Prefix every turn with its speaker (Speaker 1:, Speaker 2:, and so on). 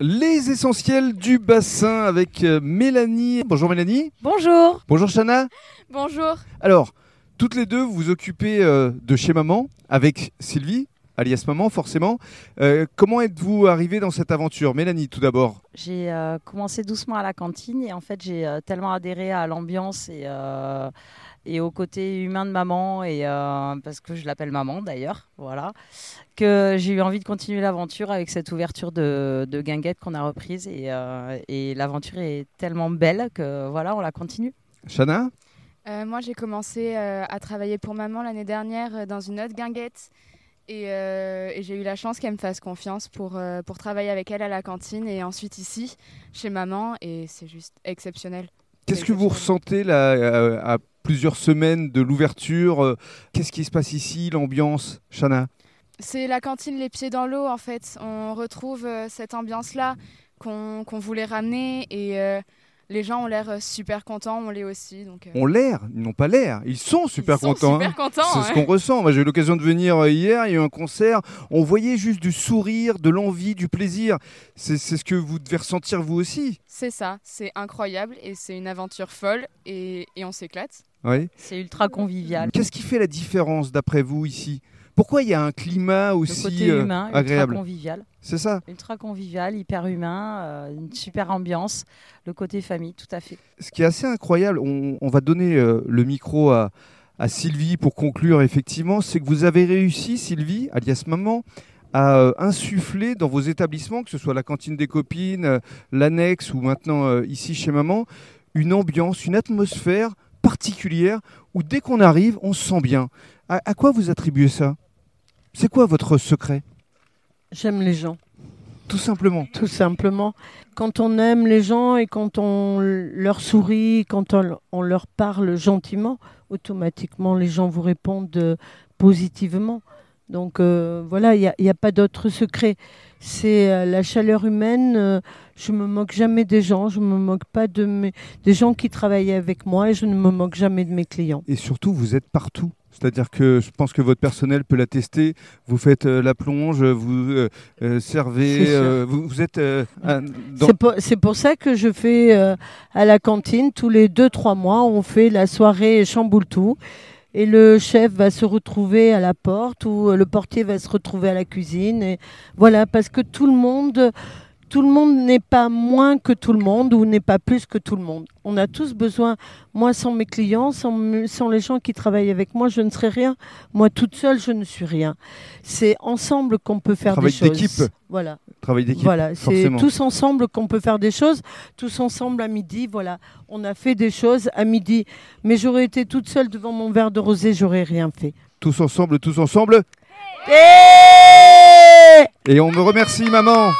Speaker 1: les essentiels du bassin avec euh, Mélanie. Bonjour Mélanie.
Speaker 2: Bonjour.
Speaker 1: Bonjour Chana.
Speaker 2: Bonjour.
Speaker 1: Alors, toutes les deux, vous vous occupez euh, de chez maman avec Sylvie, alias maman forcément. Euh, comment êtes-vous arrivée dans cette aventure Mélanie tout d'abord.
Speaker 2: J'ai euh, commencé doucement à la cantine et en fait j'ai euh, tellement adhéré à l'ambiance et, euh, et au côté humain de maman et euh, parce que je l'appelle maman d'ailleurs, voilà, que j'ai eu envie de continuer l'aventure avec cette ouverture de, de guinguette qu'on a reprise et, euh, et l'aventure est tellement belle que voilà on la continue.
Speaker 1: Chana
Speaker 3: Euh, moi, j'ai commencé euh, à travailler pour maman l'année dernière euh, dans une autre guinguette. Et, euh, et j'ai eu la chance qu'elle me fasse confiance pour, euh, pour travailler avec elle à la cantine et ensuite ici, chez maman. Et c'est juste exceptionnel.
Speaker 1: Qu'est-ce que vous ressentez là euh, à plusieurs semaines de l'ouverture euh, Qu'est-ce qui se passe ici L'ambiance Chana
Speaker 3: C'est la cantine les pieds dans l'eau, en fait. On retrouve euh, cette ambiance-là qu'on qu'on voulait ramener. Et euh, les gens ont l'air euh, super contents, on l'est aussi. Donc, euh,
Speaker 1: On l'air Ils n'ont pas l'air. Ils sont super
Speaker 3: ils sont
Speaker 1: contents. hein.
Speaker 3: Super contents.
Speaker 1: C'est
Speaker 3: ouais.
Speaker 1: ce qu'on ressent. Moi, j'ai eu l'occasion de venir euh, hier, il y a eu un concert. On voyait juste du sourire, de l'envie, du plaisir. C'est c'est ce que vous devez ressentir vous aussi.
Speaker 3: C'est ça, c'est incroyable et c'est une aventure folle et, et on s'éclate.
Speaker 1: Oui.
Speaker 2: C'est ultra convivial.
Speaker 1: Qu'est-ce qui fait la différence d'après vous ici Pourquoi il y a un climat
Speaker 2: Le
Speaker 1: aussi
Speaker 2: côté
Speaker 1: euh,
Speaker 2: humain,
Speaker 1: agréable.
Speaker 2: ultra convivial.
Speaker 1: C'est ça.
Speaker 2: Ultra convivial, hyper humain, euh, une super ambiance, le côté famille, tout à fait.
Speaker 1: Ce qui est assez incroyable, on, on va donner euh, le micro à, à Sylvie pour conclure effectivement, c'est que vous avez réussi, Sylvie, alias maman, à euh, insuffler dans vos établissements, que ce soit la cantine des copines, euh, l'annexe ou maintenant euh, ici chez maman, une ambiance, une atmosphère particulière où dès qu'on arrive, on se sent bien. À, à quoi vous attribuez ça C'est quoi votre secret
Speaker 4: J'aime les gens,
Speaker 1: Tout simplement.
Speaker 4: tout simplement. Quand on aime les gens et quand on leur sourit, quand on, on leur parle gentiment, automatiquement les gens vous répondent euh, positivement. Donc euh, voilà, il n'y a, il y a pas d'autre secret. C'est euh, la chaleur humaine. euh, je me moque jamais des gens. Je me moque pas de mes, des gens qui travaillent avec moi et je ne me moque jamais de mes clients.
Speaker 1: Et surtout, vous êtes partout. C'est-à-dire que je pense que votre personnel peut l'attester. Vous faites euh, la plonge, vous euh, euh, servez,
Speaker 4: C'est sûr.
Speaker 1: euh, vous, vous êtes euh, un- dans-
Speaker 4: C'est pour, c'est pour ça que je fais euh, à la cantine, tous les 2-3 mois, on fait la soirée chamboule tout. Et le chef va se retrouver à la porte ou euh, le portier va se retrouver à la cuisine. Et voilà, parce que tout le monde, tout le monde n'est pas moins que tout le monde ou n'est pas plus que tout le monde. On a tous besoin, moi sans mes clients, sans, me- sans les gens qui travaillent avec moi, je ne serais rien. Moi toute seule, je ne suis rien. C'est ensemble qu'on peut faire
Speaker 1: Travail
Speaker 4: des choses.
Speaker 1: d'équipe.
Speaker 4: Voilà.
Speaker 1: travail d'équipe.
Speaker 4: Voilà, c'est
Speaker 1: forcément.
Speaker 4: tous ensemble qu'on peut faire des choses. Tous ensemble à midi, voilà, on a fait des choses à midi. Mais j'aurais été toute seule devant mon verre de rosé, j'aurais rien fait.
Speaker 1: Tous ensemble, tous ensemble.
Speaker 4: Et
Speaker 1: Et on me remercie, maman.